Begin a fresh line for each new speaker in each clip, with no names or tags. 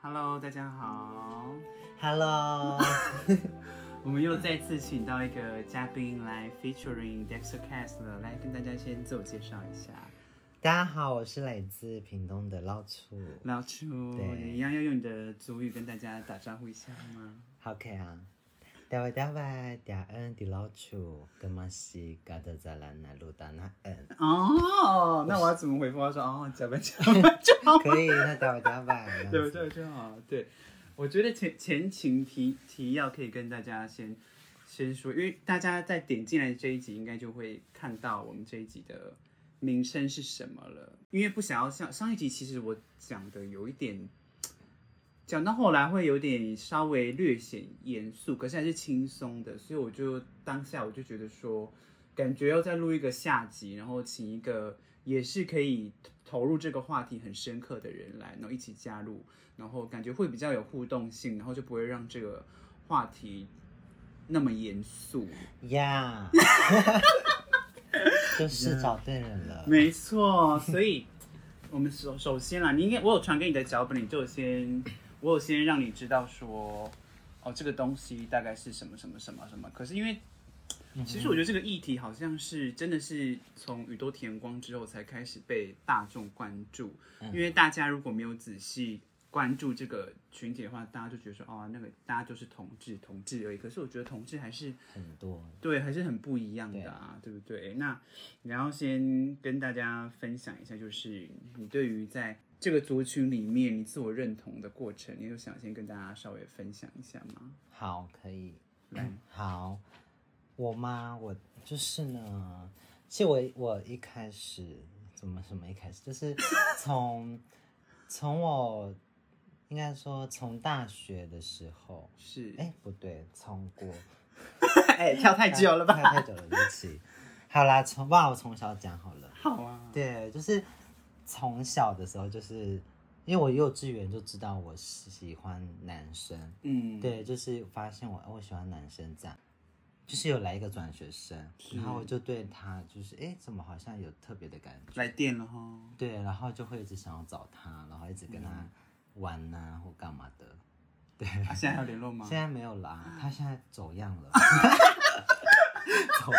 Hello，大家好，
Hello，
我们又再次请到一个嘉宾来 featuring Dextercast 了，来跟大家先自我介绍一下。
大家好，我是来自屏东的老楚，
老楚，
对
你一样要用你的祖语跟大家打招呼一下吗？
好看啊！大卫大卫，大恩的老楚，格玛西嘎德扎兰那鲁达那恩，
哦，那我要怎么回复？我说哦，加班加班就好，
可以，那大卫大卫，
对对就好。啊对，我觉得前前情提提要可以跟大家先先说，因为大家在点进来这一集，应该就会看到我们这一集的名称是什么了。因为不想要像上一集，其实我讲的有一点，讲到后来会有点稍微略显严肃，可是还是轻松的，所以我就当下我就觉得说，感觉要再录一个下集，然后请一个也是可以投入这个话题很深刻的人来，然后一起加入，然后感觉会比较有互动性，然后就不会让这个话题那么严肃。
呀，就是找对人了，
没错，所以我们首首先啦，你应该我有传给你的脚本，你就有先我有先让你知道说，哦，这个东西大概是什么什么什么什么。可是因为其实我觉得这个议题好像是真的是从宇多田光之后才开始被大众关注，因为大家如果没有仔细关注这个群体的话，大家就觉得说哦，那个大家就是同志同志而已。可是我觉得同志还是
很多。
对，还是很不一样的啊，对不对？那你要先跟大家分享一下，就是你对于在这个族群里面你自我认同的过程，你有想先跟大家稍微分享一下吗？
好，可以。
嗯
好，我吗？我就是呢，其实我我一开始怎么什么一开始，就是 从从我应该说从大学的时候，
是，
哎、不对，从国
哎，跳 太久了吧？
太太久了，对不起。好啦，从哇，我从小讲好了。
好啊，
对，就是从小的时候，就是因为我幼稚园就知道我喜欢男生，
嗯，，
对，就是发现我我喜欢男生这样，就是有来一个转学生，
是
然后我就对他就是哎、诶怎么好像有特别的感觉，
来电了哈，
对，然后就会一直想要找他，然后一直跟
嗯
他玩呐、或干嘛的。
啊现在还有联络吗？
现在没有啦，他现在走样 了，走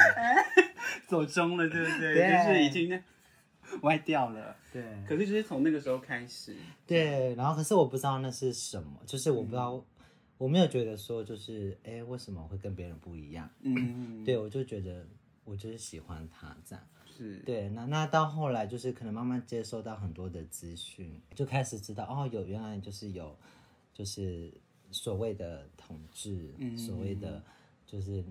走中了，对不对？
对
就是已经歪掉了。
对
可是就是从那个时候开始，
对，然后可是我不知道那是什么，就是我不知道，
嗯
我没有觉得说就是哎、诶为什么会跟别人不一样？
嗯，
对我就觉得我就是喜欢他这样。
是，
对，那那到后来就是可能慢慢接收到很多的资讯，就开始知道哦，有原来就是有，就是所谓的统治，
嗯
所谓的就是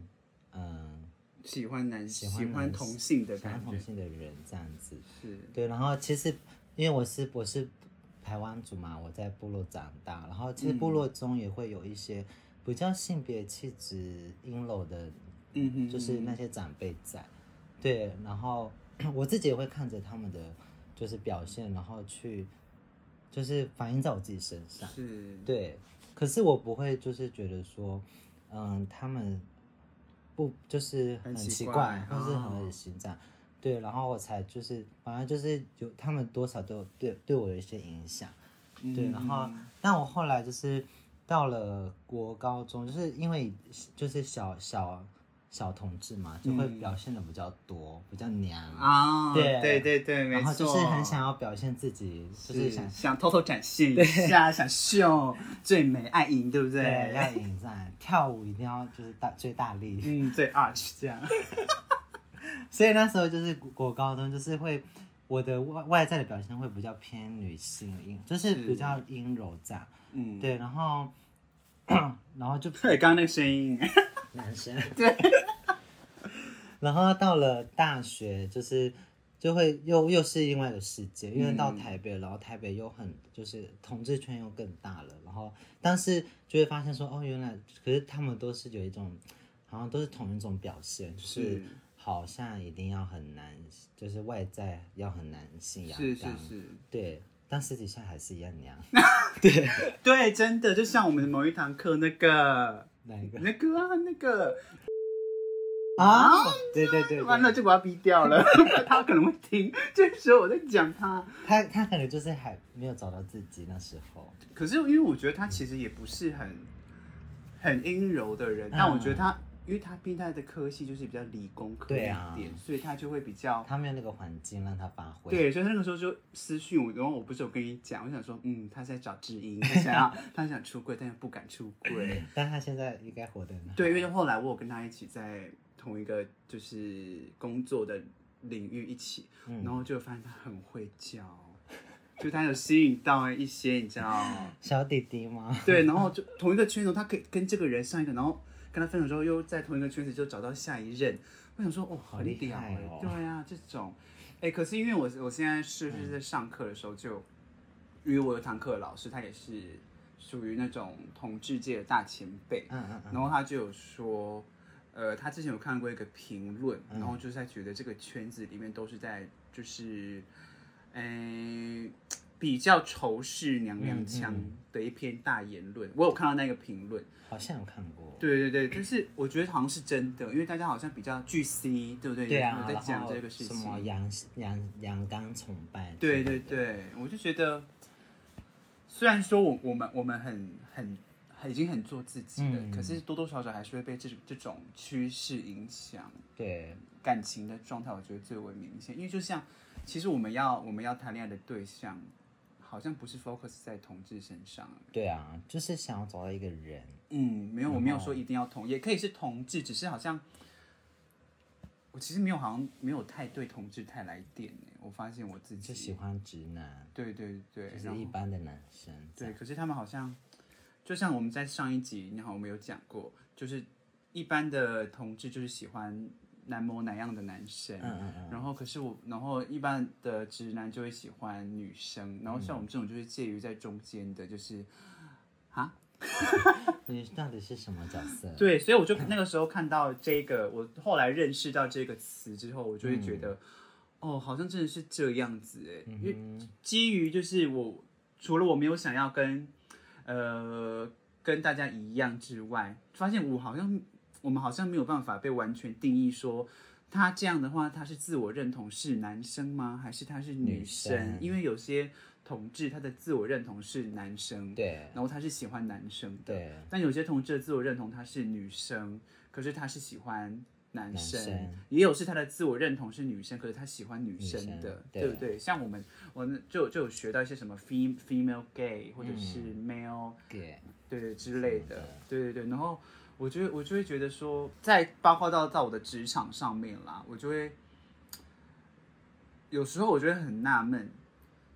嗯，
喜欢男，喜
喜欢男
同性的
喜欢
感
同
觉，
性的人这样子。
是，
对，然后其实因为我是我是台湾族嘛，我在部落长大，然后其实
嗯
部落中也会有一些比较性别气质阴柔的，
嗯哼
就是那些长辈在，对，然后 我自己也会看着他们的就是表现，然后去就是反映在我自己身上，
是，
对，可是我不会就是觉得说，嗯，他们不就是
很
很
奇
奇
怪
怪，或是很
哦
恶心这样。对，然后我才就是，反正就是有他们多少都有对对我有一些影响，
嗯
对，然后但我后来就是到了国高中，就是因为就是小小小同志嘛，就会
嗯
表现的比较多，比较娘，
啊，
对
对对对，没
然
错，
后就是很想要表现自己，就是想
想偷偷展现一下， 想秀最美爱赢，对不对？
对要引战，跳舞一定要就是大最大力，
嗯，最 arch 这样，
所以那时候就是国高中，就是会我的外外在的表现会比较偏女性阴，就是比较阴柔这样。
嗯，
对，然后 然后就
对，刚刚那个声音，
男生
对，
然后到了大学，就是就会又又是另外一个世界，因为到台北，然后台北又很就是同志圈又更大了，然后但是就会发现说，哦，原来可是他们都是有一种，好像都是同一种表现，就是
是
好像一定要很难，就是外在要很男性阳
是是
刚，
是，
对，但私底下还是一样啊娘，
对，真的 就像我们的某一堂课那个
哪一个？
那个啊那个。
啊，对对对
完
对，
了，这个我要逼掉了， 他可能会听。这时候我在讲他，
他他可能就是还没有找到自己那时候，
可是因为我觉得他其实也不是很很阴柔的人，但我
嗯
觉得他，因为他毕竟他的科系就是比较理工科一
对啊
点，所以他就会比较。
他没有那个环境让他发挥。
对，所以他那个时候就私讯我，然后我不是有跟你讲，我想说，嗯，他在找知 音，他想要，他想出柜，但又不敢出柜。
但他现在应该活得很好。
对，因为后来我有跟他一起在同一个就是工作的领域一起，
嗯
然后就发现他很会教，就他有吸引到一些你知道，
小弟弟吗？
对，然后就同一个圈子，他可以跟这个人上一个，然后跟他分手之后又在同一个圈子就找到下一任，我想说哦，
好
很
厉
屌
害
欸
哦
对啊，这种，哎，可是因为我我现在是就是在上课的时候就，因为我有堂课的老师，他也是属于那种同志界的大前辈，
嗯嗯嗯，
然后他就有说，呃，他之前有看过一个评论，
嗯
然后就是在觉得这个圈子里面都是在就是，嗯、比较仇视娘娘腔的一篇大言
嗯
论。我有看到那个评论，
好像有看过。
对对对，就是我觉得好像是真的，因为大家好像比较巨 C，对不对？
对
有
啊，
在
然
讲
后
这个事
什么
情。
阳阳阳刚崇拜？
对对，对，我就觉得，虽然说我我们我们很很很已经很做自己了，
嗯
可是多多少少还是会被这这种趋势影响。
对，
感情的状态，我觉得最为明显，因为就像其实我们要我们要谈恋爱的对象，好像不是 focus 在同志身上。
对啊，就是想要找到一个人，
嗯，没有，我没有说一定要同，也可以是同志，只是好像我其实没有好像没有太对同志太来电欸我发现我自己
就喜欢直男，
对对对，
就
然
是
后
一般的男生。
对，可是他们好像，就像我们在上一集，你好，我们有讲过，就是一般的同志就是喜欢男模男样的男生，
嗯嗯
然后可是我，然后一般的直男就会喜欢女生，然后
嗯
像我们这种就是介于在中间的，就是。
你到底是什么角色？
对，所以我就那个时候看到这个，我后来认识到这个词之后，我就会觉
嗯
得，哦，好像真的是这样子哎、因
嗯
为基于就是我除了我没有想要跟呃跟大家一样之外，发现我好像我们好像没有办法被完全定义说。他这样的话，他是自我认同是男生吗？还是他是女
女
生？
生
因为有些同志他的自我认同是男生，
对
然后他是喜欢男生的，
对
但有些同志的自我认同他是女生，可是他是喜欢男生；
男生
也有是他的自我认同是女生，可是他喜欢女生
女生
的，
对
不对？像我们，我们就就有学到一些什么 fem female gay 或者是
嗯
male、
对，
对对之类
什么
的
的，
对对对。然后我就会我就会觉得说，在包括到到我的职场上面啦，我就会有时候我觉得很纳闷，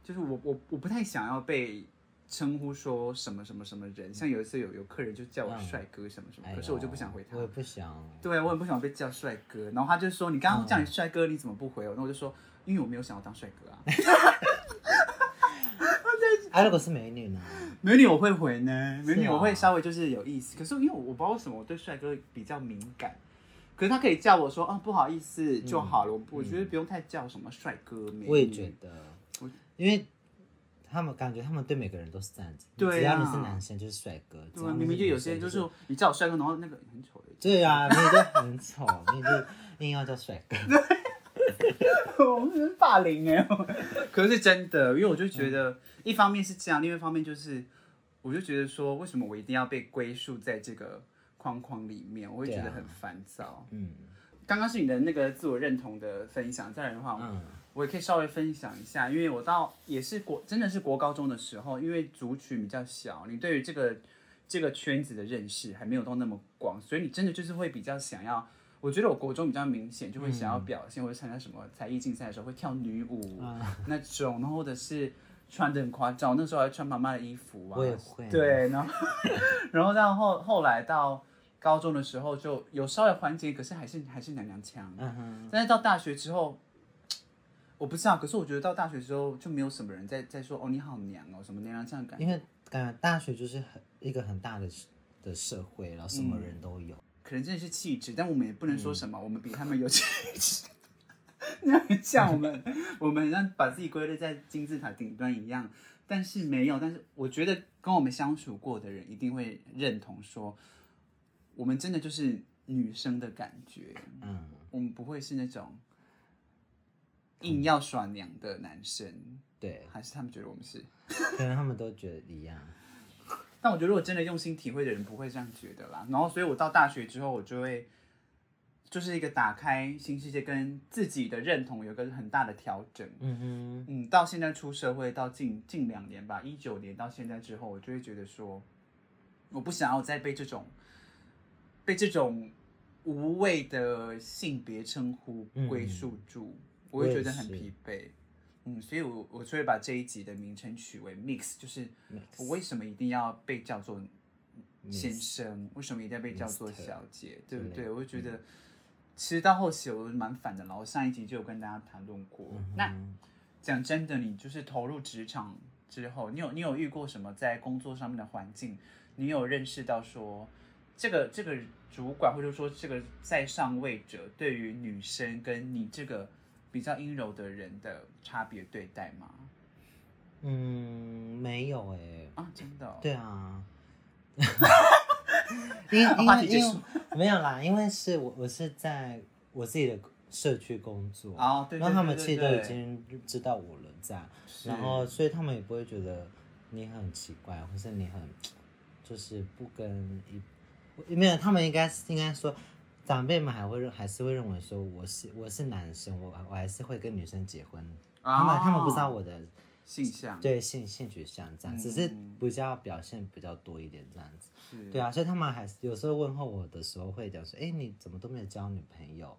就是我我我不太想要被称呼说什么什么什么人，像有一次有有客人就叫我帅哥什么什么，
哎呦
可是我就不想回他
我。也不想。
对，啊我很不想被叫帅哥，然后他就说：“你刚刚
嗯
叫你帅哥，你怎么不回我？”那我就说：“因为我没有想要当帅哥啊，
啊，如果是美女呢？
美女我会回呢，美
是
女
啊
我会稍微就是有意思。可是因为我不知道为什么我对帅哥比较敏感，可是他可以叫我说啊不好意思就好了，我我觉得不用太叫什么帅哥美女。
我也觉得
我，
因为他们感觉他们对每个人都是这样子，
对啊
只要你是男生就是帅哥，只
对
要
啊，
你
明明就有些人
人
就是你叫我帅哥，然后那个很丑的。
对啊，你就很丑，你就硬要叫帅 哥，
我们是霸凌哎、可是真的，因为我就觉得，一方面是这样，另外一方面就是，我就觉得说，为什么我一定要被归属在这个框框里面？我会觉得
对啊
很烦躁。
嗯
刚刚是你的那个自我认同的分享，再来的话，
嗯，
我也可以稍微分享一下，因为我到也是国真的是国高中的时候，因为族群比较小，你对于这个这个圈子的认识还没有到那么广，所以你真的就是会比较想要。我觉得我国中比较明显，就会想要表现，或者参加什么才艺竞赛的时候会跳女舞、
啊
那种，然后或者是穿的很夸张，那时候还穿妈妈的衣服啊，
我也会
对，然后 然后到后后来到高中的时候就有稍微缓解，可是还是还是娘娘腔，
嗯哼，
但是到大学之后，我不知道。可是我觉得到大学之后就没有什么人在在说哦你好娘哦什么娘娘腔的感觉。
因为感觉大学就是很一个很大的社的社会，然后什么
嗯
人都有，
可能真的是气质，但我们也不能说什么，我们比他们有气质。 那很像我们，我们很像把自己归类在金字塔顶端一样，但是没有。但是我觉得跟我们相处过的人一定会认同说，我们真的就是女生的感觉，
嗯，
我们不会是那种硬要耍娘的男生，
对，
还是他们觉得我们是？
可能他们都觉得一样。
但我觉得，如果真的用心体会的人，不会这样觉得啦。然后，所以我到大学之后，我就会就是一个打开新世界，跟自己的认同有个很大的调整。
嗯
嗯，到现在出社会，到近近两年吧，一九年到现在之后，我就会觉得说，我不想要再被这种被这种无谓的性别称呼归属住，嗯我会觉得很
我也
疲惫。嗯，所以我我就会把这一集的名称取为 mix，就是我为什么一定要被叫做先生？为什么一定要被叫做小姐？对不对？我就觉得，其实到后期我蛮烦的。然后上一集就有跟大家谈论过。那讲真的，你就是投入职场之后，你有你有遇过什么在工作上面的环境？你有认识到说，这个这个主管或者说这个在上位者对于女生跟你这个比较阴柔的人的差别对待吗？
哼，嗯，没有哎、
啊，真的、哦，
对啊， 因因
话
为
题结
因
束
为没有啦，因为是我我是在我自己的社区工作，
哦对对
然后他
对
们
对
其实都
对
已经知道我了这样，
是
然后所以他们也不会觉得你很奇怪，或是你很就是不跟一没有，他们应该是应该说。长辈们还会认，还是会认为说我是我是男生，我我还是会跟女生结婚。他们他们不知
哦
道我的
啊性向，
对性性取向这样，只是
嗯
比较表现比较多一点这样子。
是
对啊，所以他们还是有时候问候我的时候会讲说，哎、你怎么都没有交女朋友？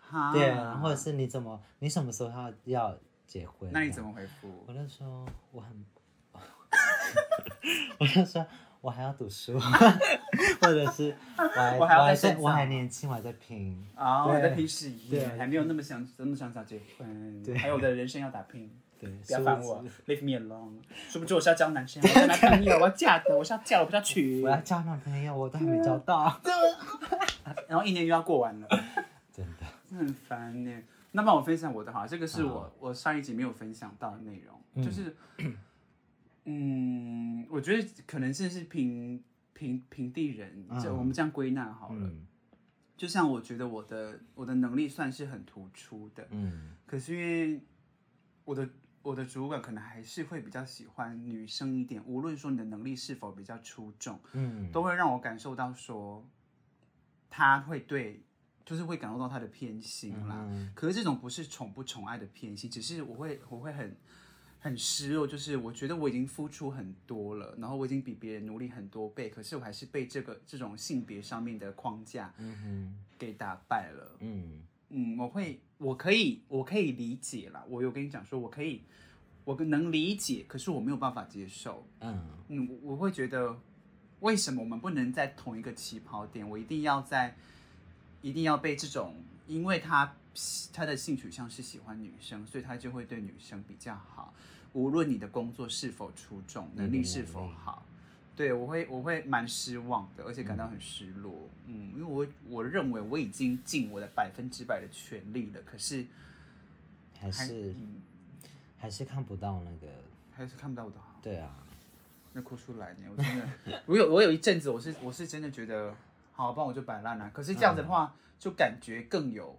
哈
对啊，或者是你怎么你什么时候要要结婚？
那你怎
么？
么回复？
我就说我很， 我就说我还要读书， 或者是我还
我还要再
在
生
我还
长
年轻，我还在拼。
啊，我
对
在拼事业，
对
还没有那么想那么想早结婚，
对
还有我的人生要打拼。
对，
不要
殊
烦
知
我，Leave me alone。殊不知我是要交男生，我要交男朋友，我要嫁的，我是要嫁，我不是要娶
我。要交男朋友，我都还没交到，
然后一年又要过完了，
真的。嗯
很烦呢。那帮我分享我的好了，这个是我我上一集没有分享到的内容，就是，嗯，我觉得可能这是平平平地人，这
嗯
我们这样归纳好了。
嗯
就像我觉得我的我的能力算是很突出的，
嗯
可是因为我的我的主管可能还是会比较喜欢女生一点，无论说你的能力是否比较出众，
嗯，
都会让我感受到说他会对，就是会感受到他的偏心啦。
嗯
可是这种不是宠不宠爱的偏心，只是我会我会很很失落，就是我觉得我已经付出很多了，然后我已经比别人努力很多倍，可是我还是被这个这种性别上面的框架
嗯哼。
给打败了。
嗯
嗯，我会，我可以，我可以理解啦。我有跟你讲说，我可以，我能理解，可是我没有办法接受。
嗯
嗯，我我会觉得，为什么我们不能在同一个起跑点？我一定要在，一定要被这种，因为他他的性取向是喜欢女生，所以他就会对女生比较好。无论你的工作是否出众，能力是否好，对我会我会蛮失望的，而且感到很失落。嗯，因为我我认为我已经尽我的百分之百的全力了，可是
还
还
是
嗯
还是看不到那个，
还是看不到我的好。
对啊，
那哭出来呢，我真的，我有我有一阵子，我是我是真的觉得，好，不然我就摆烂了、可是这样
嗯
子的话，就感觉更有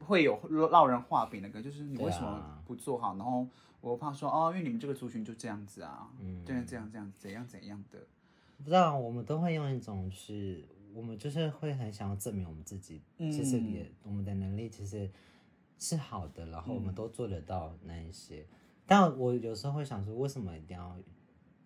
会有落人画饼的感觉，就是你
对啊
为什么不做好？然后我又怕说，哦，因为你们这个族群就这样子啊，
嗯
对，这样这样怎样怎样的，
不知道我们都会用一种是，我们就是会很想要证明我们自己，
嗯
其实也我们的能力其实是好的，然后我们都做得到那一些。但我有时候会想说，为什么一定要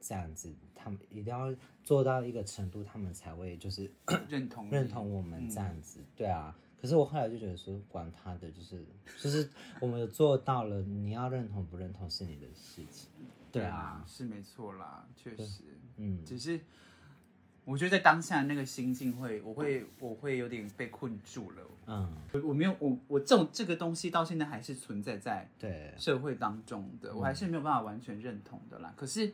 这样子？他们一定要做到一个程度，他们才会就是
认同你
认同我们这样子，对啊。可是我后来就觉得说，管他的，就是就是我们有做到了，你要认同不认同是你的事情，对啊，，
是没错啦，确实，
嗯，
只是我觉得在当下那个心境会，我会我会有点被困住了。
嗯，
我我没有我我这种这个东西到现在还是存在在
对，
社会当中
嗯
的，我还是没有办法完全认同的啦。可是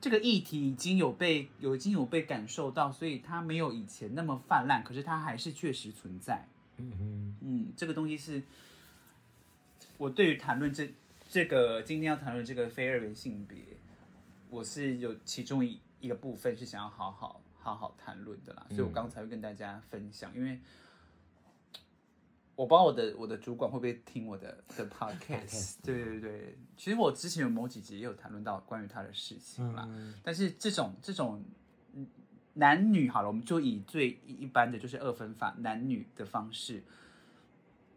这个议题已经有被有已经有被感受到，所以它没有以前那么泛滥，可是它还是确实存在。
嗯哼，
嗯，这个东西是我对于谈论这这个今天要谈论这个非二元性别，我是有其中一一个部分是想要好好好好谈论的啦，所以
嗯
我刚才会跟大家分享，因为我不知道我的我的主管会不会听我的 的 podcast，对对对，其实我之前有某几集也有谈论到关于他的事
嗯
情啦，但是这种这种嗯男女好了，我们就以最一般的就是二分法男女的方式。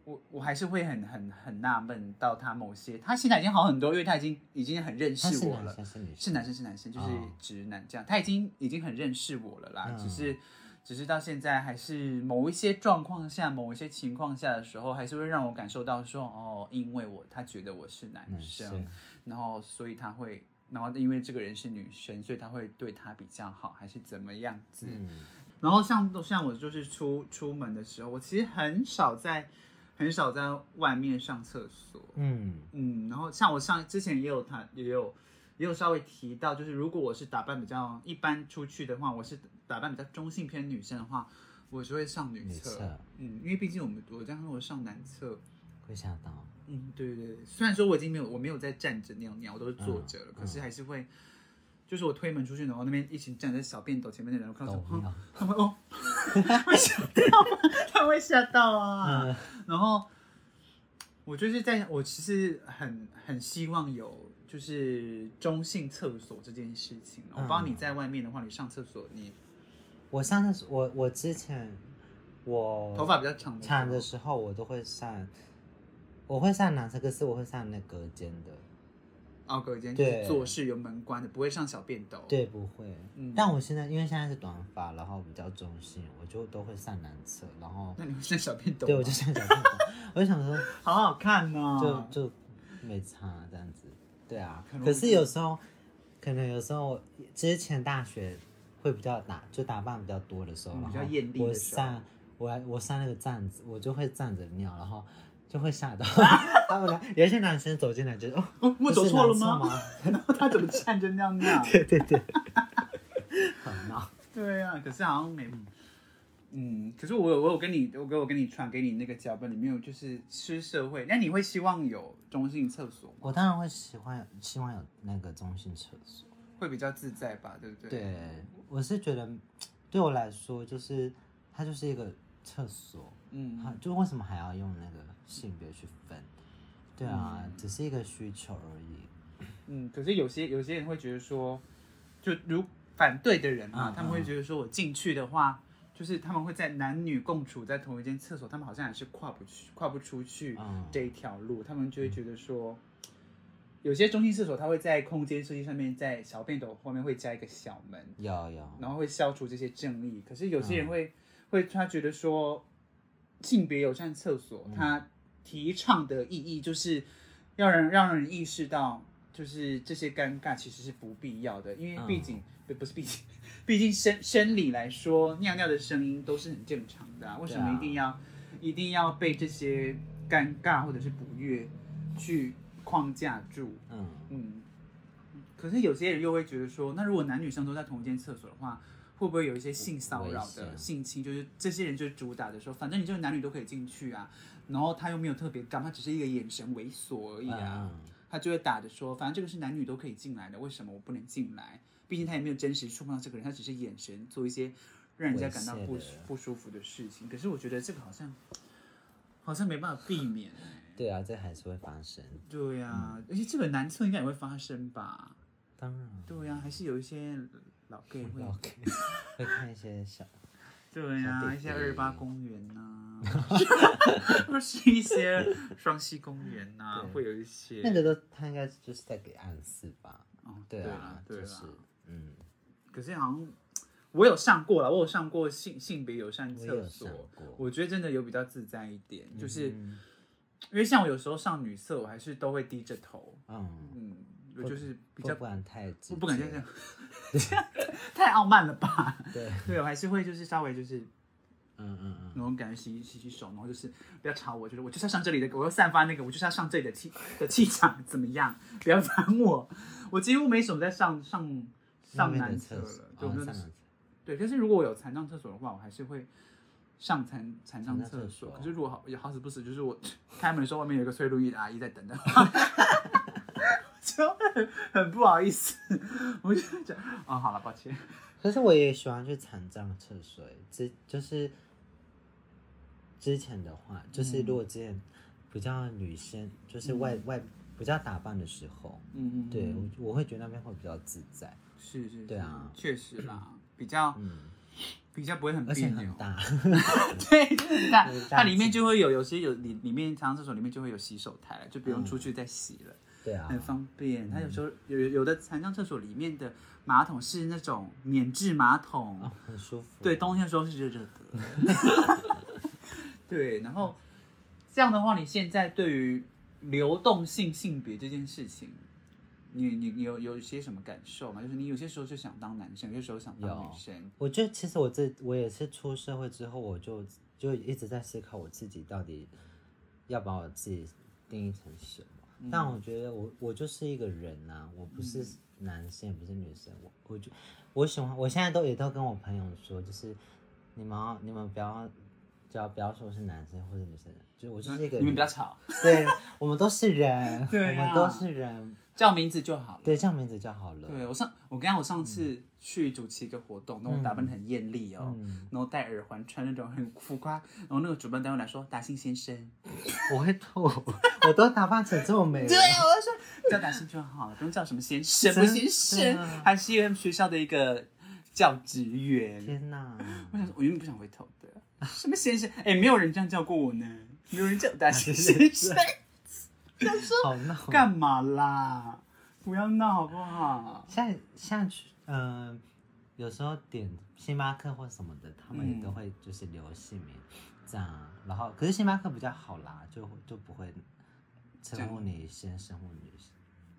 我我还是会很很很纳闷到他某些，他现在已经好很多，因为他已经已经很认
他
识
是
我
男
了，
生是女生？
是男生是男生，就是
哦
直男这样。他已经已经很认识我了啦，
嗯
只是只是到现在还是某一些状况下、某一些情况下的时候，还是会让我感受到说，哦，因为我他觉得我是啊男
男
生，
生，
然后所以他会，然后因为这个人是女生，所以他会对他比较好，还是怎么样子？
嗯，
然后像像我就是出出门的时候，我其实很少在很少在外面上厕所，
嗯，
嗯，然后像我上之前也有谈，也有也有稍微提到，就是如果我是打扮比较一般出去的话，我是打扮比较中性偏女生的话，我是会上女
女
厕，
厕
嗯，因为毕竟我们我这样如果上男厕，
会吓到，
嗯，对对对，虽然说我已经没有我没有在站着尿尿，我都是坐着了，
嗯
可是还是会。就是我推门出去，然后那边一群站在小便斗前面的人，我看到
懂
说哼
了。
他们 哦，会吓到吗？他会吓到啊。
嗯
然后我就是在我其实很很希望有就是中性厕所这件事情。哦
嗯
我不知道你在外面的话，你上厕所你
我上厕所，我我之前我
头发比较长的时候
长的时候，我都会上，我会上男厕，可是我会上那隔间的，
哦，隔间就是
对
做事有门关的，不会上小便斗。，
对，不会。
嗯
但我现在因为现在是短发，然后比较中性，我就都会上男厕，然后
那你会上小便斗吗？
对我就想讲这个， 我就想说
好好看哦。
就就没差这样子，对啊
可能。
可是有时候，可能有时候之前大学会比较打，就打扮比较多的时候，
嗯
然后
比较艳丽
我
的时候
上我还我上那个站子，我就会站着尿，然后就会 吓到他们男，有一些男生走进来就哦，
哦，我
这
走
是
错了
男厕
吗？
吗？
然后 他怎么站着尿尿？
对对对，很闹。
对啊，可是好像没，嗯，可是我有我有跟你，我跟我跟你传给你那个脚本里面有就是吃社会，那你会希望有中性厕所吗？
我当然会喜欢，希望有那个中性厕所。
会比较自在吧，对不对？
对，我是觉得对我来说，就是它就是一个厕所，
嗯，
啊，就为什么还要用那个性别去分？对啊，只是一个需求而已。
嗯，可是有些有些人会觉得说，就如反对的人啊，
嗯
他们会觉得说我进去的话，就是他们会在男女共处在同一间厕所，他们好像还是跨不去跨不出去
嗯
这一条路，他们就会觉得说。有些中性厕所，它会在空间设计上面，在小便斗后面会加一个小门，
有有，
然后会消除这些正义。可是有些人会、会他觉得说，性别友善厕所，他提倡的意义就是要让让人意识到，就是这些尴尬其实是不必要的，因为
嗯
毕竟、不不是毕竟， 毕竟生生理来说，尿尿的声音都是很正常的、啊，为什
对
么
啊
一定要、一定要被这些尴尬或者是不悦去框架住？
嗯，
嗯，可是有些人又会觉得说，那如果男女生都在同一间厕所的话，会不会有一些性骚扰
危
的
险
性侵？就是这些人就是主打的说，反正你就是男女都可以进去啊，然后他又没有特别干，他只是一个眼神猥琐而已啊，
嗯
他就会打着说，反正这个是男女都可以进来的，为什么我不能进来？毕竟他也没有真实触碰到这个人，他只是眼神做一些让人家感到不
猥亵的
不舒服的事情。可是我觉得这个好像好像没办法避免、欸。
对啊，这还是会发生，
对呀、欸而且这个男厕应该也会发生吧？
当然。
对呀、还是有一些老 gay 会，
OK，会看一些小，
对呀、
小弟弟
一些二八公园 呐、或是一些双溪公园呐、
对
会有一些
那个都他应该就是在给暗示吧？
哦，
对
啦
啊，，
对
就
啦。
是嗯，
可是好像我有上过了，我有上过性性别友善
我也
厕
有上
所，
过，
我觉得真的有比较自在一点，就是因
嗯
为像我有时候上女厕，我还是都会低着头，
嗯，
嗯，我就是比较
不不敢太直
不不敢
接
这样， 太傲慢了吧？
对，
对，我还是会就是稍微就是
嗯嗯
然后感觉洗洗洗手，然后就是不要吵我，就是我就是要上这里的，我要散发那个，我就是要上这里的气的气场，怎么样？不要烦我，我几乎没什么在上上
嗯，
上
那边
男
的
厕
厕
了
所，，
对，
哦
我真的
上男
是
厕，
对。但是如果我有残障厕所的话，我还是会上残残障
残障
厕
厕
所。
所
可是如果好也好死不死，就是我开门的时候，外面有一个催路易的阿姨在等的话，就很很不好意思，我就觉得哦，好了，抱歉。
可是我也喜欢去残障厕所，之就是之前的话，就是如果之前比较女生，就是外、外比较打扮的时候，
嗯嗯嗯，
对我我会觉得那边会比较自在，
是是，
对啊
是，确实啦，比较
嗯，
比较不会很
而
别
且
扭
很，大，
对，就是它
很大
它里面就会有有些有里里面长厕所里面就会有洗手台了，就不用出去再洗了，
对啊，
很方便。它有时候有有有的残障厕所里面的马桶是那种免治马桶，
哦，很舒服，
对，冬天的时候是热热的。 对，然后这样的话，你现在对于流动性性别这件事情，你你你有有一些什么感受吗？就是你有些时候就想当男生，有些时候想当女
有
生。
我觉得其实我这我也是出社会之后，我就就一直在思考我自己到底要把我自己定义成什么。
嗯
但我觉得我我就是一个人呐、我不是男生，也不是女生，我我就我喜欢，我现在都也都跟我朋友说，就是你们要你们不要只要不要说我是男生或者女生，就我就是一个
你们
人
不，要吵，
对我们都是人，
对啊
我们都是人，
叫名字就好了。
对，这样名字就好了。
对我上我跟你讲，我上次去主持一个活动，那我打扮得很艳丽哦，
嗯
然后戴耳环，穿那种很浮夸，然后那个主办单位来说达兴先生，
我会吐，我都打扮成这么美了
对，。我就说 叫达兴就好了，不用叫什么先生，啊不先
真
生
的，
还是因为学校的一个教职员。
天哪！
我想说，我原本不想回头的，什么先生？哎，没有人这样叫过我呢，没有人叫我达 兴先生，
好闹。
干嘛啦？不要闹好不好？
像像去，嗯、有时候点星巴克或什么的，他们
嗯
也都会就是留姓名，这样啊。然后，可是星巴克比较好啦，就就不会称呼你先生或女生。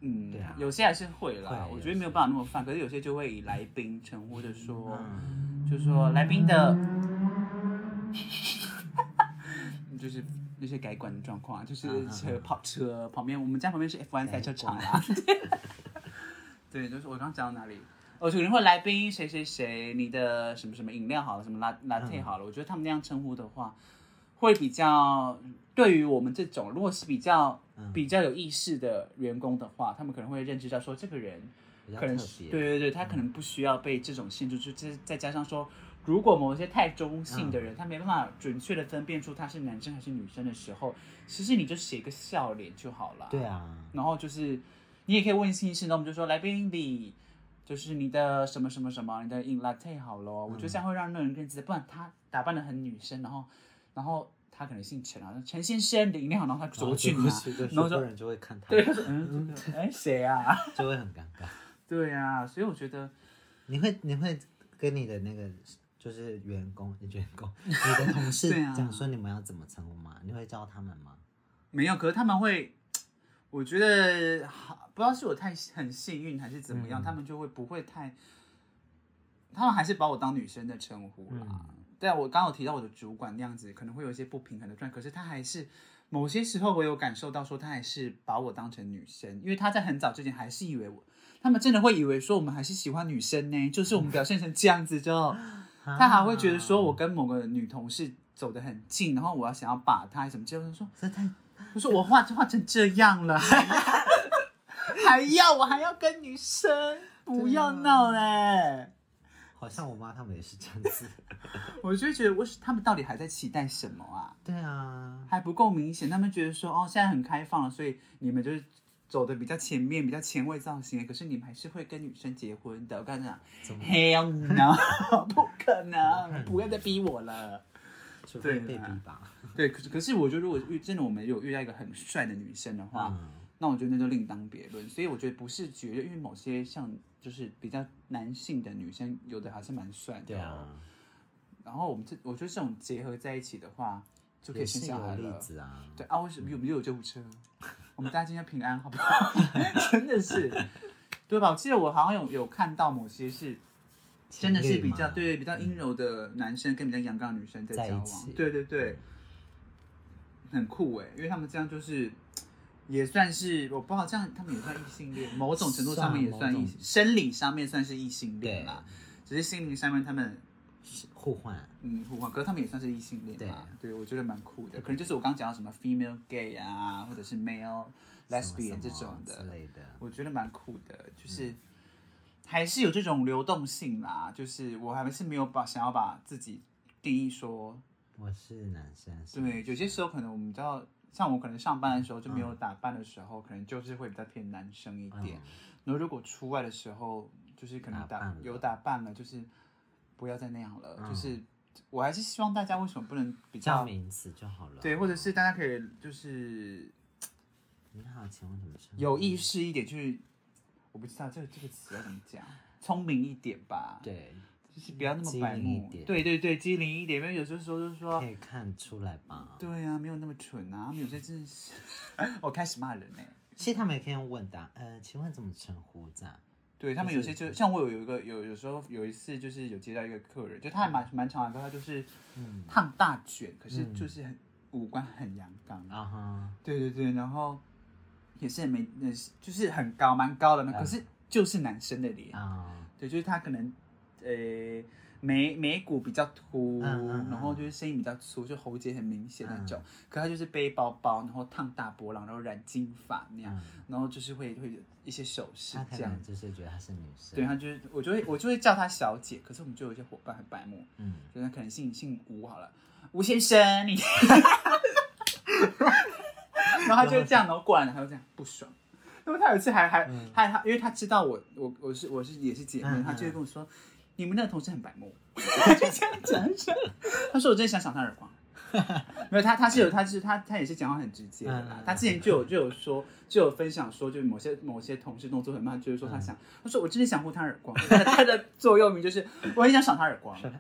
嗯，
对啊
有些还是会
会
啦
啊，
我
有
觉得没有
些
办法那么泛，可是有些就会以来宾称呼，就说，
嗯，
就说来宾的， 就是那些改管的状况啊，就是
嗯嗯嗯
车跑车旁边，我们家旁边是 F1 赛车场啊， 对，就是我刚讲到哪里？哦，就可能会来宾谁谁谁，你的什么什么饮料好了，什么拉拉 t 好了，我觉得他们那样称呼的话，会比较对于我们这种如果是比较比较有意识的员工的话，他们可能会认知到说这个人
比较
可能
特
是
别。嗯
对对对，他可能不需要被这种限制住，就是再加上说，如果某些太中性
嗯
的人，他没办法准确的分辨出他是男生还是女生的时候，其实你就写个笑脸就好了。
对啊，
然后就是你也可以问姓氏，那我们就说来宾你就是你的什么什么什么，你的 in latte 好咯。我觉得这样会让那人更自在，不然他打扮的很女生，然后然后他可能姓陈啊，陈先生你的饮料好，然后他
然
走
后
过去
就过
拿，
去，啊对
然后说
许多人就会看他，
对，他说嗯， 这个哎谁啊？
就会很尴尬。
对啊，所以我觉得
你会你会跟你的那个就是员工、员工、你的同事
对啊
讲说你们要怎么称呼吗？你会教他们吗？
没有，可是他们会，我觉得好，不知道是我太很幸运还是怎么样，他们就会不会太，他们还是把我当女生的称呼啦。对啊，我刚刚有提到我的主管那样子，可能会有一些不平衡的状态，可是他还是某些时候我有感受到说他还是把我当成女生，因为他在很早之前还是以为我，他们真的会以为说我们还是喜欢女生呢，就是我们表现成这样子之后。
啊
他还会觉得说，我跟某个女同事走得很近，然后我要想要把她什么之类的，就说
这太
我说我画就画成这样 了，还要还要我还要跟女生，不要闹嘞、
好像我妈他们也是这样子。
我就觉得，我他们到底还在期待什么啊？
对啊，
还不够明显，他们觉得说哦，现在很开放了，所以你们就是走的比较前面，比较前卫造型，可是你们还是会跟女生结婚的。我跟你讲
怎么
，Hell no，不可能，不要再逼我了。
除非
对啊
被
啦
逼吧。
对，可是可是我觉得，如果遇真的我们有遇到一个很帅的女生的话，
嗯
那我觉得那就另当别论。所以我觉得不是绝对，因为某些像就是比较男性的女生，有的还是蛮帅的。哦
对。啊，
然后我们这我觉得这种结合在一起的话，就可以
也
生
是
小
有
孩
例
了。
子啊。
对啊，为什么有没有救护车？我们大家今天平安好不 好？真的是，对吧？我记得我好像有有看到某些是真的是比较
情侣嘛
对比较阴柔的男生跟比较阳刚的女生在
在
交
一
往
起，
对对对，很酷哎，因为他们这样就是也算是我不知道这样他们也算异性恋，某种程度上面也
算
算
某
异
种
生理上面算是异性
对
恋啦，只是心灵上面他们
互换，
嗯，互换，可是他们也算是异性恋嘛，对我觉得蛮酷的。可能就是我刚讲到什么 female gay 啊，或者是 male
什么
lesbian 这
什
种
么
的，
之类的。
我觉得蛮酷的，
嗯
就是、还是有这种流动性啦。就是我还是没有把想要把自己定义说，
我是男生，是
对，有些时候可能我们知道，像我可能上班的时候就没
嗯
有打扮的时候，可能就是会比较偏男生一点。然后如果出外的时候，就是可能
打
打
扮了嗯
有打扮了，就是不要再那样了。就是我还是希望大家为什么不能比
叫
较
名字就好了。
对，或者是大家可以就是
你好，请问怎么称呼？
有意识一点去，我不知道这个这个词要怎么讲，聪明一点吧，
对，
就是不要那么白
机灵一
目
点，
对对对，机灵一点，因为有些时候就是说
可，以看出来吧？
对啊，没有那么蠢啊，他们有 些真的是，我开始骂人呢、
其实他们也可以用问答，呃，请问怎么称呼这样？
对他们有些就像我有一个有有时候有一次就是有接到一个客人，就他还
嗯
蛮蛮长的，他就是烫大卷，可是就是很五官很阳刚，
啊哈，
对对对，然后也是没那就是很高蛮高
嗯
的嘛，可是就是男生的脸，
啊，
对，就是他可能呃眉眉骨比较凸，
嗯嗯嗯嗯
然后就是声音比较粗，就喉结很明显那种。可他就是背包包，然后烫大波浪，然后染金发那
嗯
样，然后就是会会有一些首饰
他可
这样
能。就是觉得她是女生。
对，他啊就是我就会我就会叫他小姐，可是我们就有一些伙伴很白目，
嗯，
就是可能姓姓吴好了，吴先生你， 然后他就这样，然后过来，然后他就这样不爽。那么他有一次还还还他，因为他知道我我我是我是也是姐妹
嗯，
他就
嗯
会跟我说，你们那个同事很白目， 就这样讲一讲。他说我真的想赏他耳光。没有他，他是有，他是他，他也是讲话很直接的
嗯嗯
啦
嗯。
他之前就有就有说，就有分享说，就某些某些同事动作很慢，就是
嗯
说他想，他说我真的想呼他耳光。他的他的座右铭就是我很想赏他耳光。对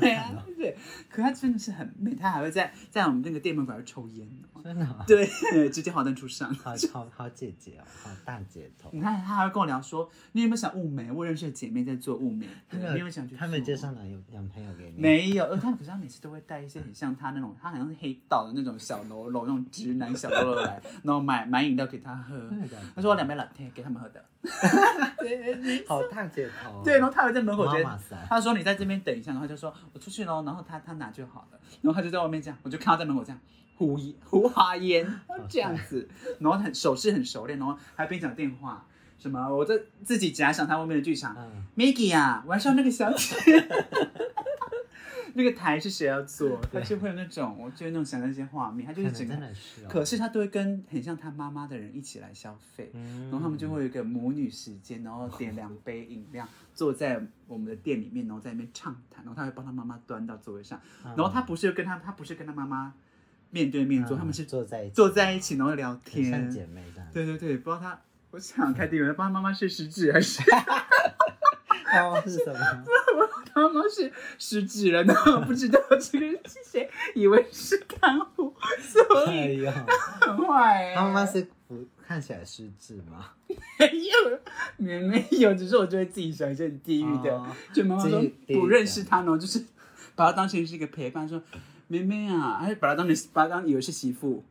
对
啊，对，可他真的是很美，他还会在在我们那个店门口还会抽烟呢。
真的哦
对，直接华灯初上。
好好好姐姐哦，好大姐头。
你看，他还会跟我聊说，你有没有想雾眉？我认识的姐妹在做雾眉，对你有没有想去做？
他们介绍男友男朋友给 你？
没有，呃，他可是他每次都会带一些很像他那种，他好像是黑道的那种小喽啰，那种直男小喽啰来，然后买买饮料给他喝
真的假的。
他说我两杯 latte 给他们喝 的。
好大姐头哦。
对，然后他还在门口
妈
直接
妈桑，
他说你在这边等一下，然后他就说我出去喽，然后他他拿就好了，然后他就在外面这样，我就看到在门口这样胡一胡哈烟
哦
这样子，然后很手势很熟练，然后还边讲电话什么，我在自己假想他外面的剧场
嗯，
，Maggie 啊，我要上那个小姐。 那个台是谁要做？他就会有那种，我就会那种想那些画面，他就
可
是
能
整个
真的是哦。
可是他都会跟很像他妈妈的人一起来消费，
嗯
然后他们就会有一个母女时间，然后点
哦
两杯饮料，坐在我们的店里面，然后在那边畅谈，然后他会帮他妈妈端到座位上，
嗯
然后他不是跟他他不是跟他妈妈面对面坐，他们是
嗯坐在一起，
坐在一起然后聊
很嗯像
天，
姐妹这样。
对对对，不知道他。我想开店员帮他妈妈是食指还是
哦，是什么？
他妈妈是食指了呢？不知道这个人是谁，以为是看护，所
哎
以
呦，
很坏、欸。
他妈妈是不看起来失智吗？
没 有，没没有，只是我就会自己想一些很地狱的，
哦
就妈妈说
自己地狱的
不认识他呢，就是把他当成是一个陪伴，说妹妹啊，还是把他当成把他当以为是媳妇，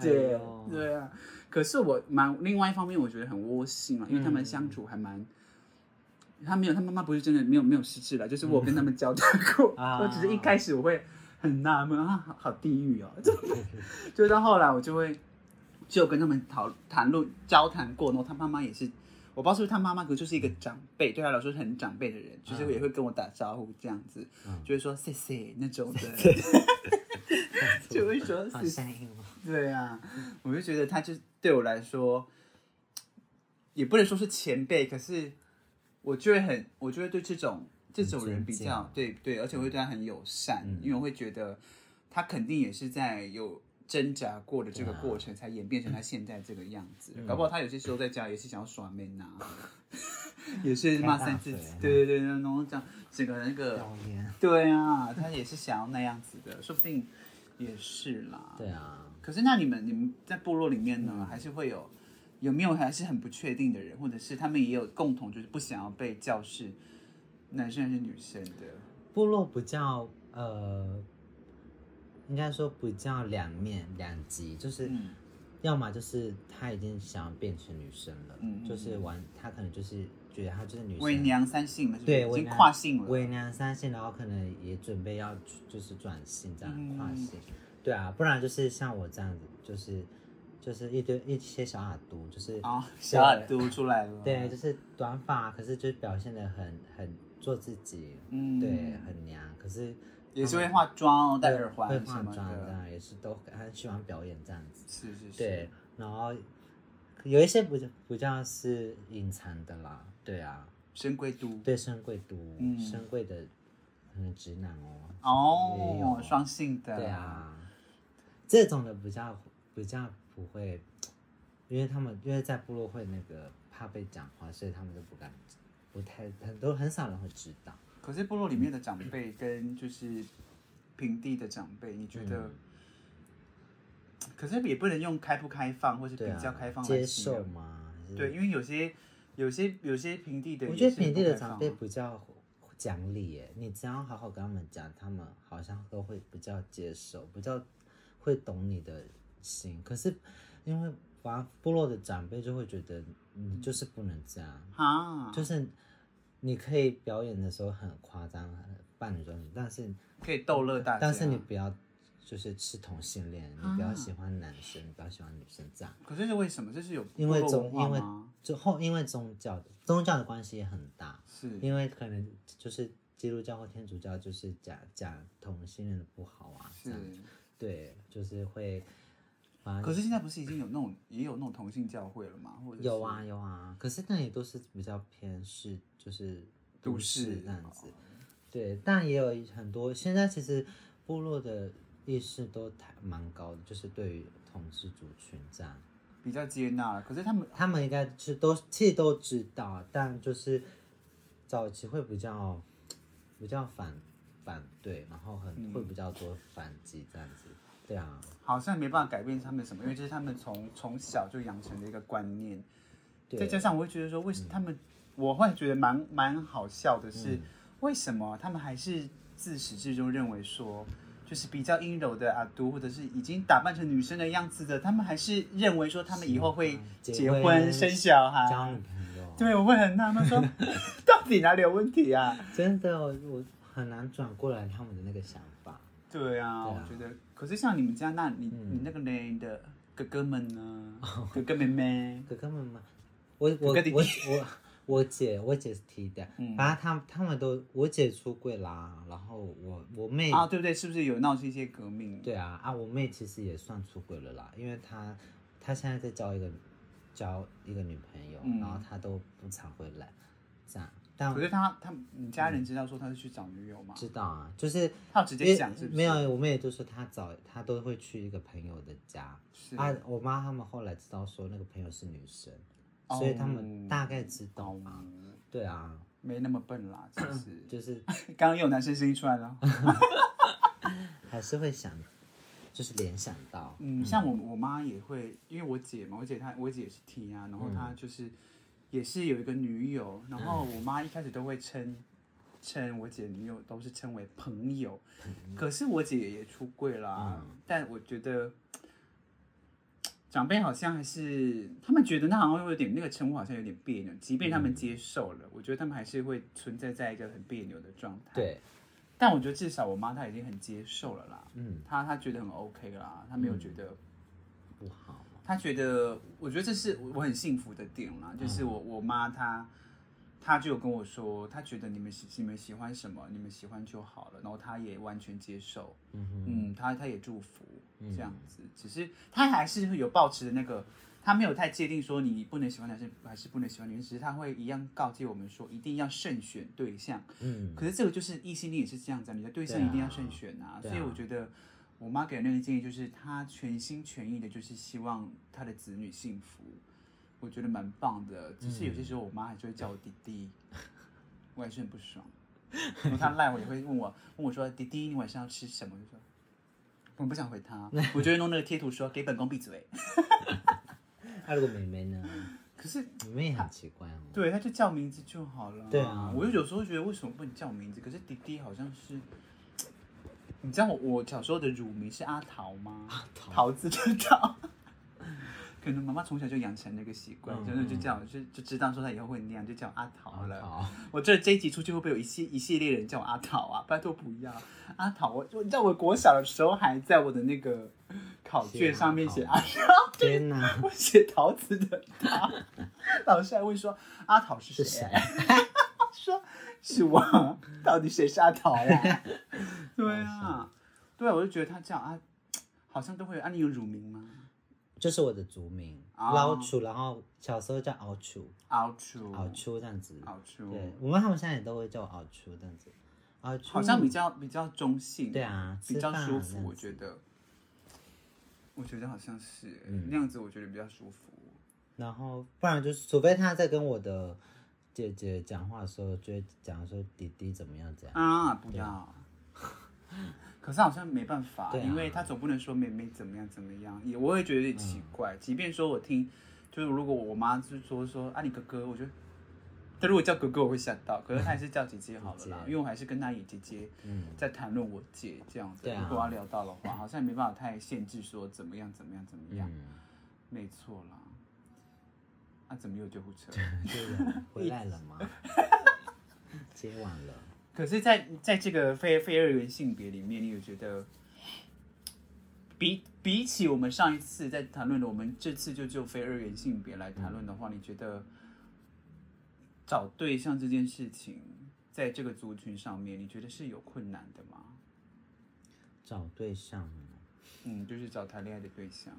对、
哎呦
对啊。可是我蛮另外一方面，我觉得很窝心啊，因为
嗯
他们相处还蛮。他没有，他妈妈不是真的没有没有失智了，就是我跟他们交代过，
嗯 啊
我只是一开始我会很纳闷啊，好好地狱哦，怎么就到后来我就会就跟他们讨谈论交谈过，然后他妈妈也是，我不知道是不是他妈妈，可能就是一个长辈，对他来说是很长辈的人，就是也会跟我打招呼这样子，就会说谢嗯谢那种的， 就会说
好
谢谢，
善意吗？
对啊，我就觉得他就对我来说，也不能说是前辈，可是我就会很，我就会对这种这种人比较对对，而且我会对他很友善，
嗯
因为我会觉得他肯定也是在有挣扎过的
啊
这个过程，才演变成他现在这个样子。
嗯
搞不好他有些时候在家也是想要耍 man 啊，也是骂三字
开
经
大嘴啊
对对对，然后这样整个那个，
表演。
对啊，他也是想要那样子的，说不定也是啦。
对啊，
可是那你们你们在部落里面呢，
嗯
还是会有有没有还是很不确定的人，或者是他们也有共同就是不想要被教是男生还是女生的？
部落比较呃，应该说比较两面两极，就是
嗯
要么就是他已经想要变成女生了，
嗯嗯
就是玩他可能就是觉得她就是女
伪
生，
娘三性了，是不是
对，
已
伪
经
娘
跨性了，
伪娘三性，然后可能也准备要就是转性这样
嗯
跨性，对啊，不然就是像我这样子，就是就是一堆一些小耳朵，就是
啊，小耳朵出来了，
对，就是短发，可是就是表现的很很做自己，
嗯
对，很娘，可是
也是会化妆哦，戴耳环
会
什
化
么
妆这
的，
样，也是都很喜欢表演这样子。
是是是，
对，然后有一些不不像是隐藏的啦，对啊，
深贵都
对深贵毒，
嗯
深贵的可能直男哦，也有
哦
啊，
双性的，
对，啊，这种的比较比较不会，因为他们因为在部落会那个怕被讲话，所以他们都不敢，不太很多很少人会知道。
可是部落里面的长辈跟就是平地的长辈，你觉
嗯
得？可是也不能用开不开放或是比
对啊，
较开放来
接
形容
受吗？还是
对，，因为有些有些有些平地的也
我
是不开放啊，
觉得平地的长辈比较讲理耶，你只要好好跟他们讲，他们好像都会比较接受，比较会懂你的心。可是因为华部落的长辈就会觉得
嗯
你就是不能这样，
啊，
就是你可以表演的时候很夸张，很扮女装，但是
可以逗乐大家。
但是你不要就是是同性恋，你不要
啊
喜欢男生，你不要喜欢女生这样。
可是是为什么？这是有
因为
部落
宗
文化
因为
吗
就后因为宗教的宗教的关系也很大，
是
因为可能就是基督教或天主教就是讲讲同性恋的不好啊，
是
这样，对，就是会，啊，
可是现在不是已经有那种也有那种同性教会了吗？或者是
有啊，有啊，可是那里都是比较偏是就是
都
都市
市哦
这样子，对，但也有很多现在其实部落的意识都还蛮高的，就是对于同志族群这样。
比较接纳了。可是他们
他们应该是都其实都知道，但就是早期会比较比较反反对，然后很、会比较多反击这样子。对啊，
好像没办法改变他们什么，因为这是他们从从小就养成的一个观念。
对
再加上我会觉得说，为什么他们，我会觉得蛮蛮好笑的是，为什么他们还是自始至终认为说，就是比较阴柔的阿都，或者是已经打扮成女生的样子的，他们还是认为说他们以后会
结
啊结
婚
婚生小
交
孩
女。朋友，啊
对，我会很纳 闷说，到底哪里有问题啊？
真的我我很难转过来他们的那个想法。
对啊，
对啊嗯
我觉得，可是像你们家那，你、你那个呢你的哥哥们呢， 哥哥妹妹，
哥哥们嘛，我我
哥弟弟
我我我姐我姐是 T 的，反正他们他们都我姐出柜啦，然后我我妹
啊，对不对？是不是有闹出一些革命？
对啊，啊，我妹其实也算出轨了啦，因为她她现在在交一个交一个女朋友，
嗯
然后她都不常回来，这样。但
可是他他你家人知道说他是去找女友吗？
啊知道啊，就是
他有直
因
接
为
讲是不是？
没有，我妹就说她早她都会去一个朋友的家
是
啊，我妈他们后来知道说那个朋友是女生，所以他
哦
们大概知道
哦
嘛。对啊，
没那么笨啦，其实
就是
刚刚又有男生声音出来了。
还是会想，就是联想到，
嗯，像我我妈也会，因为我姐嘛，我姐她我姐也是 T 啊，然后她就是、也是有一个女友，然后我妈一开始都会称称我姐女友都是称为朋友，嗯可是我姐也出柜啦、但我觉得。长辈好像还是他们觉得那好像有点那个称呼好像有点别扭，即便他们接受了，我觉得他们还是会存在在一个很别扭的状态。
对，
但我觉得至少我妈她已经很接受了啦，
嗯，
她她觉得很 OK 啦，她没有觉得，
不好，
她觉得，我觉得这是我很幸福的点啦，就是
嗯
我我妈她她就有跟我说，她觉得你们喜你们喜欢什么，你们喜欢就好了，然后她也完全接受，
嗯哼，嗯
嗯，她她也祝福这样子，只是她还是会有抱持的那个。她没有太界定说你不能喜欢男生还是不能喜欢女生，只是她会一样告诫我们说一定要慎选对象，
嗯，
可是这个就是异性恋也是这样子、啊，你的对象
对啊
一定要慎选啊。
对啊
所以我觉得我妈给的那个建议就是，她全心全意的，就是希望她的子女幸福，我觉得蛮棒的。只是有些时候我妈还是会叫我弟弟，我还是很不爽。然后她赖我也会问我，问我说弟弟你晚上要吃什么？我就说我不想回她，我就会弄那个贴图说给本宫闭 嘴。
那如果妹妹 呢？
可是
妹妹也很奇怪哦。
对，他就叫名字就好了。
对啊
我就有时候觉得为什么不能叫名字？可是弟弟好像是，你知道我我小时候的乳名是阿桃吗？桃子的桃。 可能妈妈从小就养成那个习惯，
嗯
真的就叫我就就知道说她以后会那样，就叫我阿桃了。
好，
我这这一集出去会不会有一系一系列人叫我阿桃啊？拜托不要阿桃！我我你知道我国小的时候还在我的那个考卷上面写
写
阿
阿
桃，
天哪，
我写桃 子的桃， 老师还问说阿桃是
是
谁
谁
啊？？说是我，到底谁是阿桃
啊
呀？对啊，对啊，我就觉得他叫啊，好像都会有啊。你有乳名吗？
就是我的族名，
哦
老楚，然后小时候叫敖楚，
敖出，
敖楚这样子。
敖出，
对，我妈他们现在也都会叫我敖楚这样子。敖楚
好像比较比较中性，
对啊
比较舒
吃
服，
饭
我觉得，我觉得好像是、欸
嗯
那样子，我觉得比较舒服。
然后不然就是，除非他在跟我的姐姐讲话的时候，就会讲说弟弟怎么样怎样。
啊，不要。 可是好像没办法，
对啊
因为他总不能说妹妹怎么样怎么样，也我也觉得有点奇
嗯
怪。即便说我听，就是如果我妈就说说啊你哥哥，我觉得，他如果叫哥哥我会吓到，可是他还是叫姐姐好了啦，
姐姐
因为我还是跟他以姐姐
嗯，
在谈论我姐这样子。
对啊
如果要聊到的 话，好像也没办法太限制说怎么样怎么样怎么样，
嗯，
没错啦。啊，怎么又救护车？
对了，回来了 吗？接完了。
可是在，在这个非非二元性别里面，你有觉得，比比起我们上一次在谈论的，我们这次就就非二元性别来谈论的话，你觉得找对象这件事情，在这个族群上面，你觉得是有困难的吗？
找对象，
嗯，就是找谈恋爱的对象。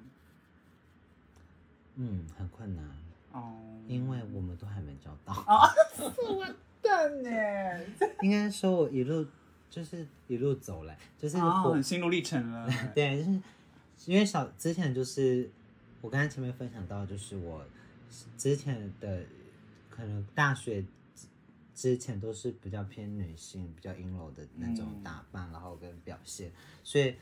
嗯，很困难，
哦，
因为我们都还没找到。
蛋呢？
应该说，我一路就是一路走来，就是
哦，
我
很心路历程了。
对，就是因为小之前就是我刚才前面分享到，就是我之前的可能大学之之前都是比较偏女性、比较阴柔的那种
嗯
打扮，然后跟表现，所以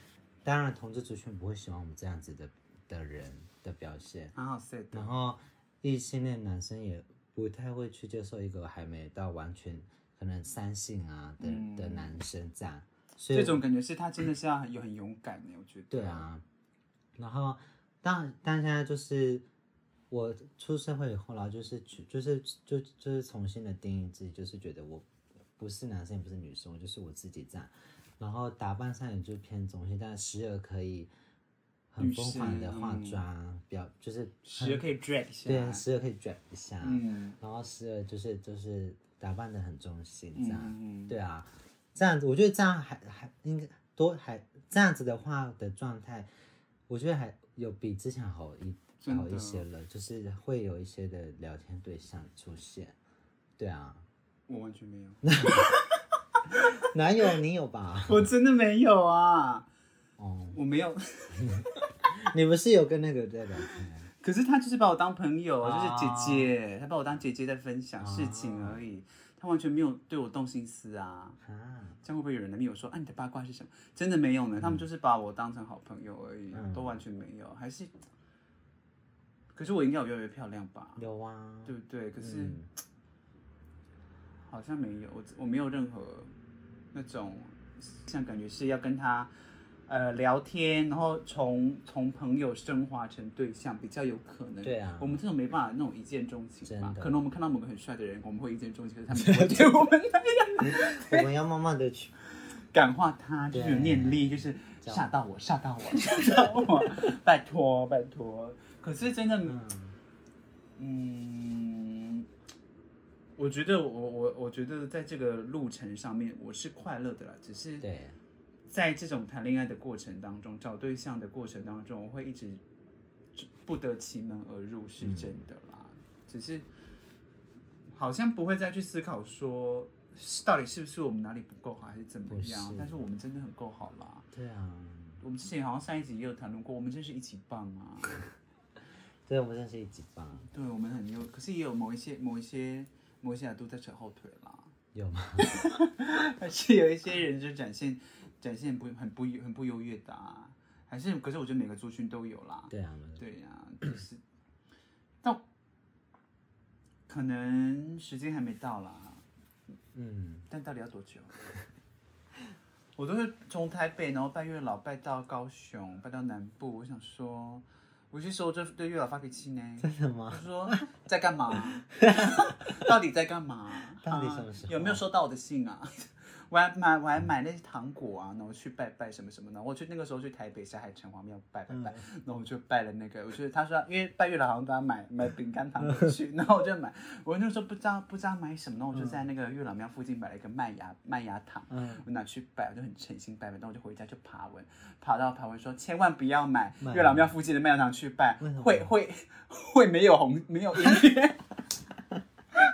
当然同志族群不会喜欢我们这样子的的人的表现，
蛮好 sad 的
然。后异性恋男生也不太会去接受一个还没到完全可能三性啊的、的
嗯
男生这样，所以
这种感觉是他真的是要很有很勇敢的，我觉得。
对，啊，然后但但现在就是我出社会以后，然后就是去就是就就是重新的定义自己，就是觉得我不是男生也不是女生，我就是我自己这样。然后打扮上也就偏中性，但时而可以很
女
疯狂的
生
化
嗯
妆，比较就是
时而可以 drag 一下。
对，时而可以 drag 一下，
嗯。
然后时而就是就是打扮的很中性这样。
嗯，
对啊，这样子，我觉得这样还还应该多还这样子的话的状态，我觉得还有比之前好一
真的
好一些了，就是会有一些的聊天对象出现。对啊，
我完全没有，
哪有你有吧？
我真的没有啊，
哦，
我没有。
你不是有跟那个在聊天？
可是他就是把我当朋友，
啊
就是姐姐，他把我当姐姐在分享事情而已，他完全没有对我动心思啊。
啊，
这样会不会有人来问我说啊你的八卦是什么？真的没有呢，他们就是把我当成好朋友而已，
嗯
都完全没有。还是，可是我应该有越来越漂亮吧？
有啊，
对不对？可是、
嗯，
好像没有，我我没有任何那种像感觉是要跟他呃聊天，然后从从朋友升华成对象比较有可能。
对啊
我们这种没办法那种一见钟情吧
真？的
可能我们看到某个很帅的人，我们会一见钟情，可是他 们不会对我们
我们要慢慢的去，
感化他，就是有
对
念力，就是吓到我，吓到 我，吓到我，拜托拜托。可是真的，
嗯，
嗯，我觉得我我我觉得在这个路程上面我是快乐的啦，只是
对，
在这种谈恋爱的过程当中，找对象的过程当中，我会一直不得其门而入，是
嗯
真的啦。只是好像不会再去思考说是到底是不是我们哪里不够好，还是怎么样。
不是
但是我们真的很够好啦。
对啊，
我们之前好像上一集也有谈论过，我们真是一起棒啊！
对我们认识一级棒，
对，我们很优，可是也有某一些、某一些、某一些啊都在扯后腿啦。
有吗？
还是有一些人就展现展现不很不很不优越的、啊，还是可是我觉得每个族群都有啦。
对啊，
对呀、就是，但可能时间还没到啦，
嗯，
但到底要多久？我都是从台北，然后拜月老拜到高雄，拜到南部。我想说，我去收就对月老发脾气呢，
真的
我
吗？
说在干 嘛？ 到底在干嘛？
到底
啊
什么时候
有没有收到我的信啊？ 我还买我还买那些糖果啊，然后去拜拜什么什么的。我去那个时候去台北下海城隍庙拜
嗯
拜拜，然后我就拜了那个，我就他说因为拜月老好像都要买买饼干糖果去， 然后我就买，我那时候不知道不知道买什么，然后我就在那个月老庙附近买了一个麦芽麦芽糖，
嗯
我拿去拜，我就很诚心拜拜，然后我就回家就爬文，爬到爬文说千万不要买
买
月老庙附近的麦芽糖去拜
为什么，
会会 会没有红没有音乐。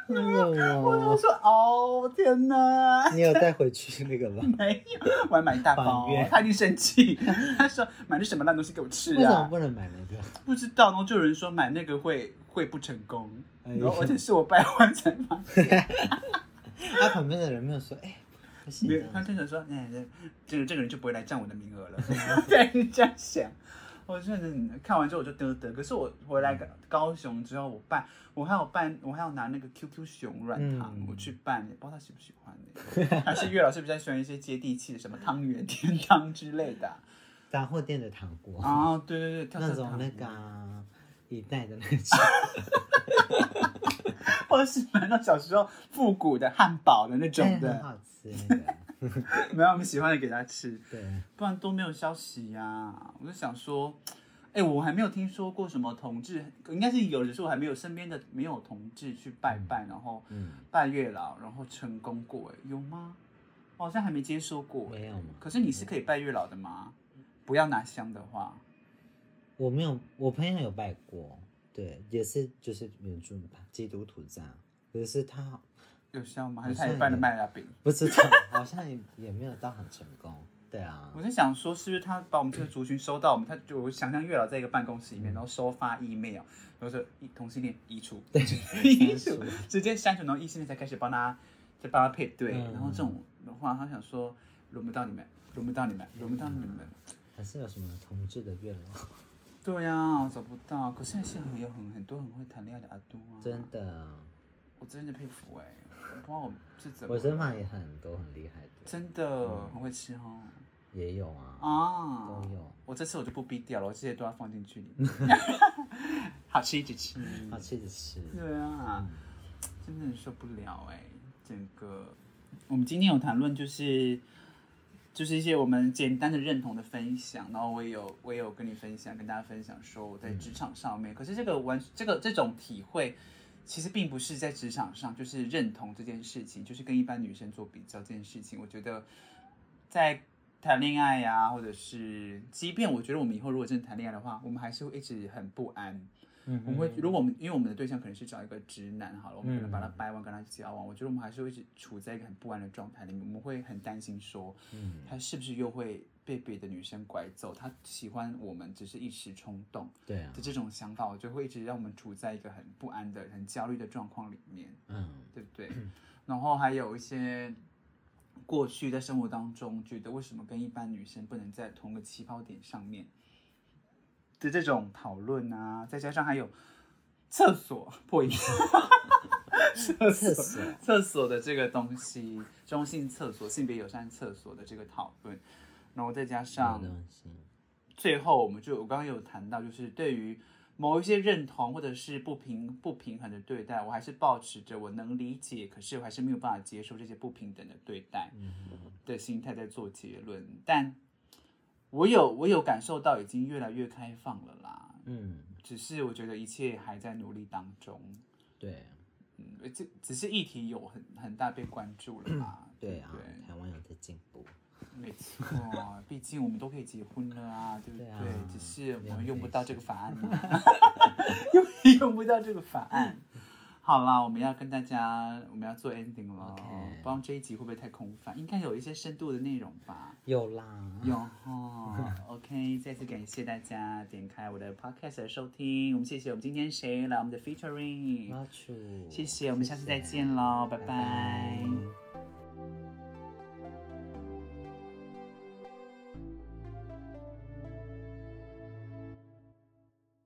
那个
我
哎我，
说哦，天哪！
你有带回去那个吗？
没有，我还买一大包
反约，
他一定生气。他说买的什么烂东西给我吃
为什么
啊？
不能买那个？
不知道，然后就有人说买那个会会不成功，
哎呦
然后而且是我拜完才发现，
他啊旁边的人没有说，哎，不行
没有，他
啊，
真的说，哎，这这个这个人就不会来占我的名额了， 对，这样想。我真的看完之后我就得得，可是我回来
嗯
高雄之后，我办，我还有办，我还要拿那个 QQ 熊软糖，
嗯
我去办，也不知道他喜不喜欢 呢。还是岳老师比较喜欢一些接地气的，什么汤圆、甜汤之类的啊。
杂货店的糖果，
啊，对对对，跳
那
跳
种
糖，
那个啊一袋的那 种，
或者是买到小时候复古的汉堡的那
哎
种
很
的，
好吃那个。
没有我们喜欢的给他吃。
对，
不然都没有消息呀、我就想说，哎、我还没有听说过什么同志，应该是有的时候还没有身边的没有同志去拜拜，然后
嗯，
拜月老，然后成功过、哎，有吗？我好像还没接收过、哎。
没有吗？
可是你是可以拜月老的吗？不要拿香的话，
我没有，我朋友有拜过，对，也是就是原住民吧，基督徒这样，可是他好
有香吗？
好
还是他也
像
拜了
有
麦芽饼？
不知道，好像也也没有到很成功。对啊
我，在想说，是不是他把我们这个族群收到我们？他就我想象月老在一个办公室里面，然后收发 email，然后说一同性恋移除，对， 移除
删，
直接删除，然后异性恋才开始帮他，再帮他配对。
嗯
然后这种的话，他想说轮不到你们，轮不到你们，轮不到你们。
还是有什么同志的愿望？
对呀、啊，找不到。可是还是很有很很多很会谈恋爱的阿杜啊，
真，的，
我真的佩服哎、我不知道我是怎么
我，身旁也很多很厉害的，
真的很会吃哦。
也有啊，
啊
都，有。
我这次我就不逼掉了，我这些都要放进去里面， 好吃一直吃。
好吃的吃，
对啊，真的很受不了哎、整个。我们今天有谈论就是就是一些我们简单的认同的分享，然后我也有我也有跟你分享，跟大家分享说我在职场上面，可是这个完这个这种体会。其实并不是在职场上，就是认同这件事情，就是跟一般女生做比较这件事情。我觉得在谈恋爱呀、或者是，即便我觉得我们以后如果真的谈恋爱的话，我们还是会一直很不安。
嗯
我们会，如果我们因为我们的对象可能是找一个直男好了，我们可能
嗯
把他掰弯跟他交往，我觉得我们还是会一直处在一个很不安的状态里面，我们会很担心说，
嗯，
他是不是又会被别的女生拐走？他喜欢我们只是一时冲动
对啊
的，这种想法，我就会一直让我们处在一个很不安的、很焦虑的状况里面。
嗯，
对不对？然后还有一些过去在生活当中觉得为什么跟一般女生不能在同个起跑点上面的这种讨论啊，再加上还有厕所破音， 厕
厕所
厕所的这个东西，中性厕所、性别友善厕所的这个讨论，然后再加上
没东西，
最后，我们就我刚刚有谈到，就是对于某一些认同或者是不平不平衡的对待，我还是保持着我能理解，可是我还是没有办法接受这些不平等的对待的心态在做结论。但我有我有感受到已经越来越开放了啦，
嗯，
只是我觉得一切还在努力当中。
对啊
嗯，这只是议题有很很大被关注了啦。
对
不
啊，台湾有在进步，
没错，毕竟我们都可以结婚了啊，对不对？
对啊
只是我
两
们用
倍
不到这个法案嘛，用用不到这个法案。好啦，我们要跟大家，我们要做 ending 了哦
OK
不知道这一集会不会太空泛？应该有一些深度的内容吧。
有啦，
有哦，OK，再次感谢大家点开我的 podcast 的收听，我们谢谢我们今天
啊
谁来我们的 featuring，
拉出，
谢谢，我们下次再见喽，拜拜